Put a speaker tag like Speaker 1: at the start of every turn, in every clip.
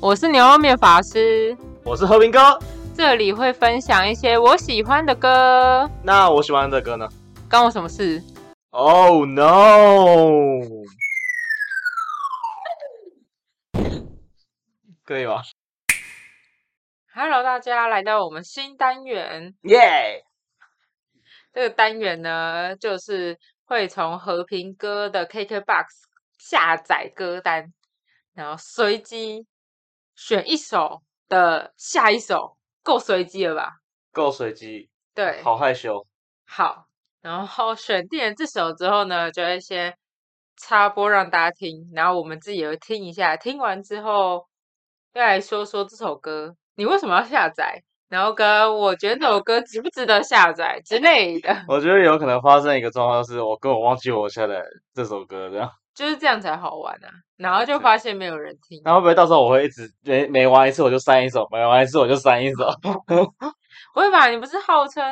Speaker 1: 我是牛肉面法师，
Speaker 2: 我是和平哥。
Speaker 1: 这里会分享一些我喜欢的歌，
Speaker 2: 那我喜欢的歌呢
Speaker 1: 关我什么事？
Speaker 2: ？Oh no！可以吗？
Speaker 1: Hello，大家来到我们新单元。
Speaker 2: 耶、
Speaker 1: 这个单元呢，就是会从和平歌的 KKBOX 下载歌单，然后随机选一首的下一首，够随机了吧？
Speaker 2: 够随机，
Speaker 1: 对，
Speaker 2: 好害羞。
Speaker 1: 好，然后选定了这首之后呢，就会先插播让大家听，然后我们自己也会听一下，听完之后要来说说这首歌，你为什么要下载？然后跟我觉得这首歌值不值得下载之类的，
Speaker 2: 我觉得有可能发生一个状况，就是我根本忘记我下载这首歌这样。
Speaker 1: 就是这样才好玩啊。然后就
Speaker 2: 对
Speaker 1: 发现没有人听，
Speaker 2: 那会不会到时候我会一直每每玩一次我就删一首，每玩一次我就删一首？
Speaker 1: 会吧？你不是号称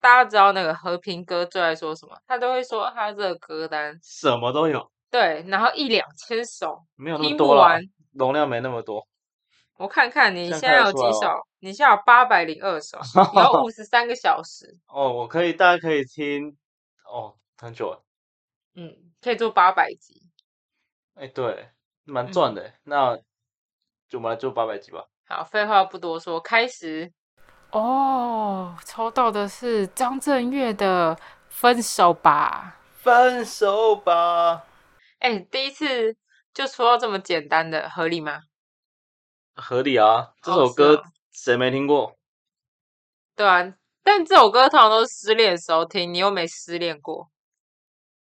Speaker 1: 大家知道那个和平哥最爱说什么？他都会说他这个歌单
Speaker 2: 什么都有，
Speaker 1: 对，然后一两千首
Speaker 2: 没有那
Speaker 1: 听
Speaker 2: 么
Speaker 1: 不
Speaker 2: 多啊啦
Speaker 1: 完，，
Speaker 2: 容量没那么多。
Speaker 1: 我看看你
Speaker 2: 现
Speaker 1: 现
Speaker 2: 在看
Speaker 1: 在有
Speaker 2: 得出
Speaker 1: 几
Speaker 2: 来吗
Speaker 1: 首？你现在有八百零二首，你 有五十三个小时，
Speaker 2: 哦，我可以，大家可以听哦，很久了。
Speaker 1: 嗯，可以做八百集。
Speaker 2: 哎，对，蛮
Speaker 1: 嗯
Speaker 2: 赚的欸。那就我们来做八百集吧。
Speaker 1: 好，废话不多说，开始。哦，抽到的是张震岳的《分手吧
Speaker 2: 分手吧，》。
Speaker 1: 哎，第一次就抽到这么简单的，合理吗？
Speaker 2: 合理啊。这
Speaker 1: 哦
Speaker 2: 首
Speaker 1: 是
Speaker 2: 歌
Speaker 1: 哦
Speaker 2: 谁没听过？
Speaker 1: 对啊，但这首歌通常都是失恋的时候听，你又没失恋过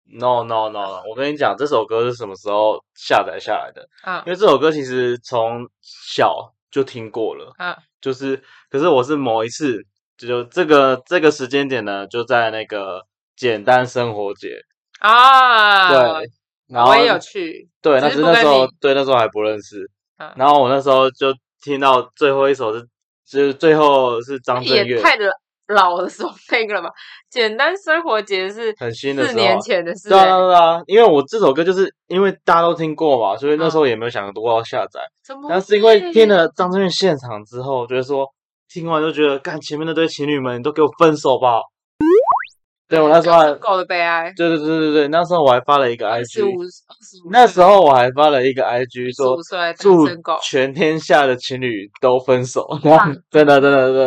Speaker 2: No no no！no，我跟你讲，这首歌是什么时候下载下来的？
Speaker 1: 啊
Speaker 2: 因为这首歌其实从小就听过了，
Speaker 1: 啊
Speaker 2: 就是可是我是某一次，就这个这个时间点呢，就在那个简单生活节，
Speaker 1: 啊！
Speaker 2: 对，，然后
Speaker 1: 我也有去，
Speaker 2: 对，
Speaker 1: 只
Speaker 2: 那
Speaker 1: 是
Speaker 2: 只是
Speaker 1: 不
Speaker 2: 那
Speaker 1: 跟
Speaker 2: 时候
Speaker 1: 你
Speaker 2: 对那时候还不认识，
Speaker 1: 嗯
Speaker 2: 然后我那时候就听到最后一首是，就是最后是张震
Speaker 1: 也
Speaker 2: 岳，
Speaker 1: 太老老的时候那个了吧？简单生活节是
Speaker 2: 很新的
Speaker 1: 四
Speaker 2: 时候
Speaker 1: 年
Speaker 2: 啊
Speaker 1: 前的事、
Speaker 2: 对啊对
Speaker 1: 欸，
Speaker 2: 啊对啊，因为我这首歌就是因为大家都听过嘛，所以那时
Speaker 1: 嗯哦
Speaker 2: 候也没有想多要下载，
Speaker 1: 怎么会？
Speaker 2: 但是因为听了张震岳现场之后，觉得说听完就觉得，干前面那对情侣们，你都给我分手吧。对我那时候还，啊
Speaker 1: 是狗的啊悲哀，
Speaker 2: 对对对对对，那时候我还发了一个
Speaker 1: 二十
Speaker 2: IG，
Speaker 1: 五，二十五，
Speaker 2: 那时候我还发了一个 IG
Speaker 1: 十
Speaker 2: 说
Speaker 1: 五岁单
Speaker 2: 祝
Speaker 1: 身狗，
Speaker 2: 全天下的情侣都分手，真的真的真的。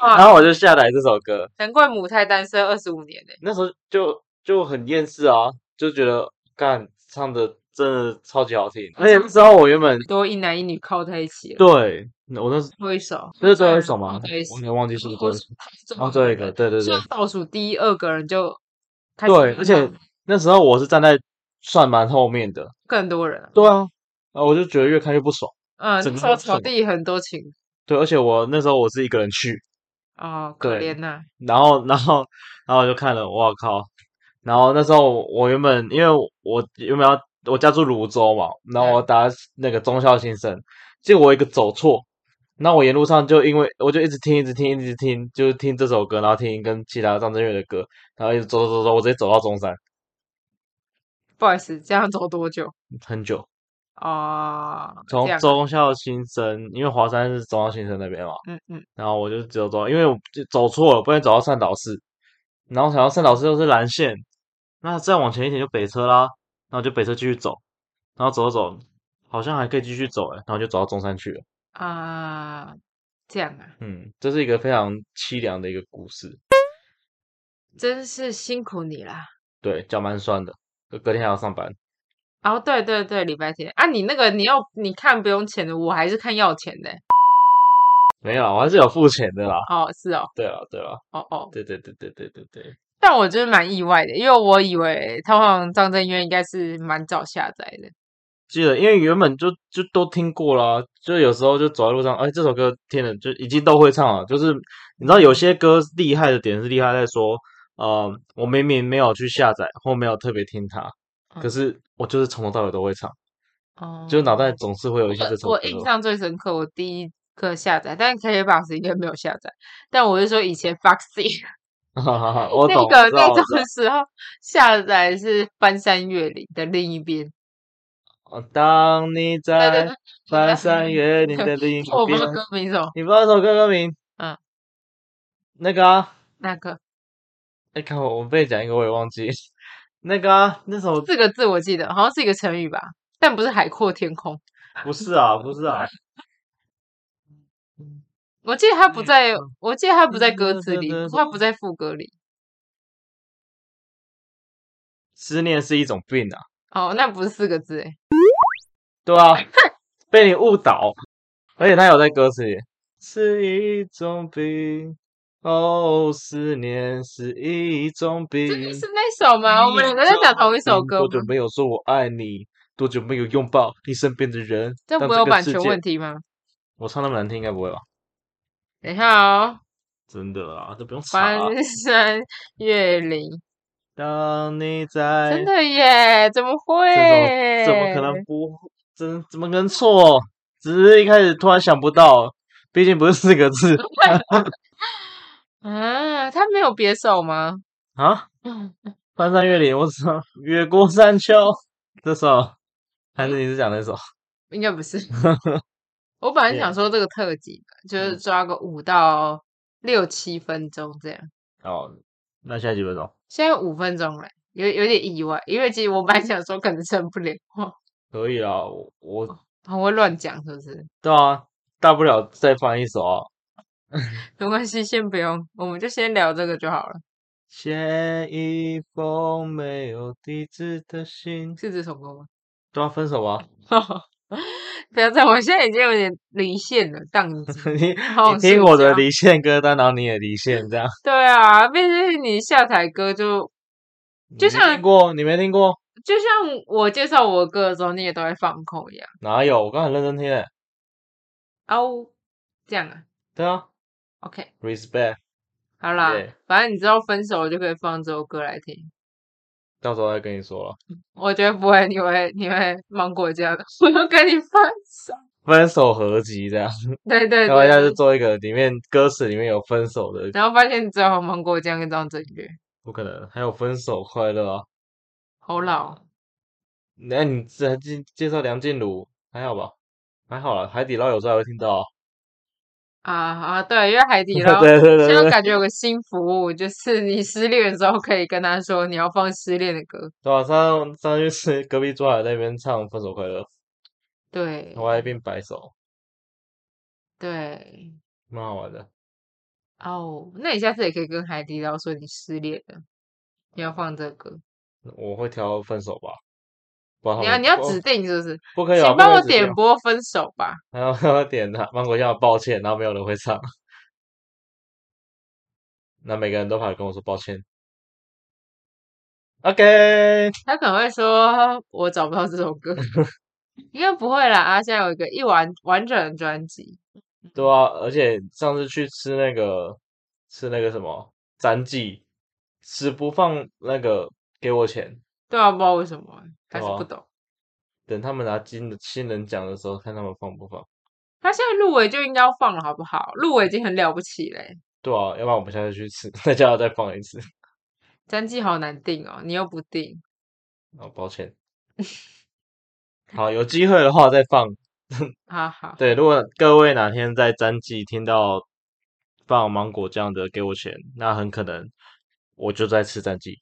Speaker 2: 然
Speaker 1: 哇，
Speaker 2: 后我就下载这首歌，
Speaker 1: 难怪母胎单身二十五年呢、
Speaker 2: 那时候就就很厌世啊，就觉得干唱的真的超级好听，而且那时候我原本
Speaker 1: 多一男一女靠在一起了，
Speaker 2: 对我那时
Speaker 1: 最后一首，
Speaker 2: 这是嗯最后一首吗？
Speaker 1: 对，
Speaker 2: 我有点忘记是不是最后
Speaker 1: 或
Speaker 2: 一
Speaker 1: 是
Speaker 2: 首。
Speaker 1: 最
Speaker 2: 哦，
Speaker 1: 后
Speaker 2: 最后一
Speaker 1: 一
Speaker 2: 个，
Speaker 1: 个，
Speaker 2: 对对对
Speaker 1: 就倒数第二个人就开始
Speaker 2: 对，
Speaker 1: 分
Speaker 2: 而且
Speaker 1: 享
Speaker 2: 那时候我是站在算蛮后面的，
Speaker 1: 更多人了，
Speaker 2: 对啊，啊，我就觉得越看越不爽，
Speaker 1: 嗯，
Speaker 2: 整个
Speaker 1: 那时
Speaker 2: 都
Speaker 1: 候草
Speaker 2: 整
Speaker 1: 地很多情
Speaker 2: 对，而且我那时候我是一个人去，
Speaker 1: 哦，可
Speaker 2: 对
Speaker 1: 怜呐、
Speaker 2: 然后 然后然后我就看了，我靠，然后那时候我原本因为我原本要我家住泸州嘛，
Speaker 1: 嗯
Speaker 2: 然后我打那个中校新生，结果我一个走错。那我沿路上就因为我就一直听，一直听，一直听，就是听这首歌，然后听跟其他张震岳的歌，然后一直走走走走，我直接走到中山，
Speaker 1: 不好意思，这样走多久？
Speaker 2: 很久。
Speaker 1: 哦，这
Speaker 2: 从
Speaker 1: 样啊，
Speaker 2: 中校新生，因为华山是中校新生那边嘛，
Speaker 1: 嗯嗯，
Speaker 2: 然后我就只有走，因为我就走错了，不然走到善导寺，然后想到善导寺又是蓝线，那再往前一点就北车啦，然后就北车继续走，然后走走走，好像还可以继续走、欸，然后就走到中山去了。
Speaker 1: 啊，这样啊，
Speaker 2: 嗯，这是一个非常凄凉的一个故事，
Speaker 1: 真是辛苦你啦。
Speaker 2: 对，脚蛮酸的，隔天还要上班。
Speaker 1: 哦，对对对，礼拜天啊，你那个你要你看不用钱的，我还是看要钱的欸。
Speaker 2: 没有啦，我还是有付钱的啦。
Speaker 1: 哦，是哦，
Speaker 2: 对啦，对啦，啊
Speaker 1: 哦哦，
Speaker 2: 对对对对对对对，
Speaker 1: 但我就是蛮意外的，因为我以为通常张震岳应该是蛮早下载的。
Speaker 2: 记得，因为原本就就都听过啦，就有时候就走在路上，哎，这首歌听了就已经都会唱了。就是你知道有些歌厉害的点是厉害在说，呃，我明明没有去下载或没有特别听它，可
Speaker 1: 嗯
Speaker 2: 是我就是从头到尾都会唱，
Speaker 1: 哦，
Speaker 2: 就是脑袋总是会有一些这首
Speaker 1: 我
Speaker 2: 歌
Speaker 1: 我。印象最深刻，我第一个下载，但 KKBOX 应该没有下载，但我是说以前 Foxy
Speaker 2: 我
Speaker 1: 那
Speaker 2: 懂，
Speaker 1: 个 那
Speaker 2: 我知道我知道
Speaker 1: 种时候下载是翻山越岭的另一边。
Speaker 2: 哦，当你
Speaker 1: 对对
Speaker 2: 在
Speaker 1: 对，
Speaker 2: 翻山越岭的另一
Speaker 1: 我 不知道
Speaker 2: 边，
Speaker 1: 歌名是什么，
Speaker 2: 你不知道这首歌歌名？
Speaker 1: 嗯，
Speaker 2: 那个啊，
Speaker 1: 那个
Speaker 2: 哎，看我我被你讲一个我也忘记， 那个啊，那首
Speaker 1: 四个字我记得，好像是一个成语吧，但不是海阔天空。
Speaker 2: 不是啊，不是啊，
Speaker 1: 我记得它不在，我记得它不在歌词里，
Speaker 2: 嗯对对对
Speaker 1: 它不在副歌里。
Speaker 2: 思念是一种病啊，
Speaker 1: 哦，那不是四个字诶。
Speaker 2: 对啊，被你误导，而且他有在歌词里，是一种病。哦，思念是一种病。
Speaker 1: 是那首吗？我们两个在讲同一首歌
Speaker 2: 多
Speaker 1: 吗
Speaker 2: 久？没有说我爱你？多久没有拥抱你身边的人？
Speaker 1: 这
Speaker 2: 当
Speaker 1: 不会有
Speaker 2: 个
Speaker 1: 版
Speaker 2: 世
Speaker 1: 权
Speaker 2: 界
Speaker 1: 问题吗？
Speaker 2: 我唱那么难听，应该不会吧？
Speaker 1: 等一下哦，
Speaker 2: 真的啊，都不用查啊。
Speaker 1: 翻山越岭，
Speaker 2: 当你在，
Speaker 1: 真的耶？怎么会？
Speaker 2: 哎这怎么可能不？怎怎么可能错？只是一开始突然想不到，毕竟不是四个字
Speaker 1: 啊，他没有别首吗？
Speaker 2: 啊。
Speaker 1: 嗯，
Speaker 2: 翻山越岭，我操，越过山丘，这首还是你是讲那首？
Speaker 1: 应该不 是。我本来
Speaker 2: 对啊
Speaker 1: 想说这个特辑的，就是
Speaker 2: 嗯
Speaker 1: 抓个五到六七分钟这样，
Speaker 2: 哦，那现在几分钟？
Speaker 1: 现在五分钟了，有有点意外，因为其实我本来想说可能撑不了，哦
Speaker 2: 可以啊，我我
Speaker 1: 很会乱讲是不是？
Speaker 2: 对啊，大不了再翻一首啊。
Speaker 1: 没关系，先不用，我们就先聊这个就好了，
Speaker 2: 写一封没有地址的信，
Speaker 1: 是这首歌吗？
Speaker 2: 都要分手吗？
Speaker 1: 不要这样，我现在已经有点离线了，宕机。
Speaker 2: 你
Speaker 1: 好
Speaker 2: 你听我
Speaker 1: 睡
Speaker 2: 的
Speaker 1: 觉
Speaker 2: 离线歌单，然后你也离线，这样。
Speaker 1: 对啊，毕竟你下台歌就
Speaker 2: 你
Speaker 1: 就
Speaker 2: 没
Speaker 1: 像
Speaker 2: 听过，你没听过？
Speaker 1: 就像我介绍我的歌的时候，你也都在放空一样。
Speaker 2: 哪有？我刚很认真听诶。
Speaker 1: 哦，这样啊
Speaker 2: 对啊
Speaker 1: ，OK，
Speaker 2: ，respect，
Speaker 1: 好啦
Speaker 2: 对
Speaker 1: 反正你知道分手了就可以放这首歌来听。
Speaker 2: 到时候再跟你说了。
Speaker 1: 我觉得不会，你会你会芒果酱的，我要跟你分手。
Speaker 2: 分手合集这样，
Speaker 1: 对对
Speaker 2: 要不然下次
Speaker 1: 对，
Speaker 2: 做一个里面歌词里面有分手的，
Speaker 1: 然后发现只有芒果酱跟张震岳，
Speaker 2: 不可能。还有分手快乐啊！
Speaker 1: 好老。
Speaker 2: 那你这还介介绍梁静茹，还好吧？还好了，海底捞有时候还会听到啊。
Speaker 1: 啊啊，对，因为海 底
Speaker 2: 对
Speaker 1: 捞
Speaker 2: 对对对
Speaker 1: 现在
Speaker 2: 对。
Speaker 1: 感觉有个新服务，就是你失恋的时候可以跟他说你要放失恋的歌。
Speaker 2: 对啊，上上去是隔壁桌还在那边唱《分手快乐》，
Speaker 1: 对
Speaker 2: 我还一边摆手，
Speaker 1: 对，
Speaker 2: 蛮好玩的。
Speaker 1: 哦，那你下次也可以跟海底捞说你失恋了，你要放这个歌。
Speaker 2: 我会挑分手吧，不然
Speaker 1: 你
Speaker 2: 他
Speaker 1: 要
Speaker 2: 们
Speaker 1: 你要
Speaker 2: 不
Speaker 1: 指定是不是？
Speaker 2: 不可以
Speaker 1: 请
Speaker 2: 哦啊，不
Speaker 1: 帮
Speaker 2: 可以
Speaker 1: 我
Speaker 2: 指定
Speaker 1: 点
Speaker 2: 啊。
Speaker 1: 播分手吧。
Speaker 2: 然后他们点他芒果酱，抱歉，然后没有人会唱， 那每个人都跑来跟我说抱歉。OK，
Speaker 1: 他可能会说我找不到这首 歌，应该不会啦。他现在有一个一完完整的专辑。
Speaker 2: 对啊，而且上次去吃那个吃那个什么詹记，死不放那个给我钱，
Speaker 1: 对啊，不知道为什么欸，还
Speaker 2: 对
Speaker 1: 是不
Speaker 2: 啊，
Speaker 1: 懂。
Speaker 2: 等他们拿金的新人奖的时候，看他们放不放。
Speaker 1: 他现在入围就应该要放了，好不好？入围已经很了不起嘞、
Speaker 2: 对啊，要不然我们下次去吃， 再叫他再放一次。
Speaker 1: 战绩好难定哦，你又不定。
Speaker 2: 哦，抱歉。好，有机会的话再放。
Speaker 1: 好好，
Speaker 2: 对，如果各位哪天在詹记听到放芒果酱的，给我钱，那很可能我就在吃詹记。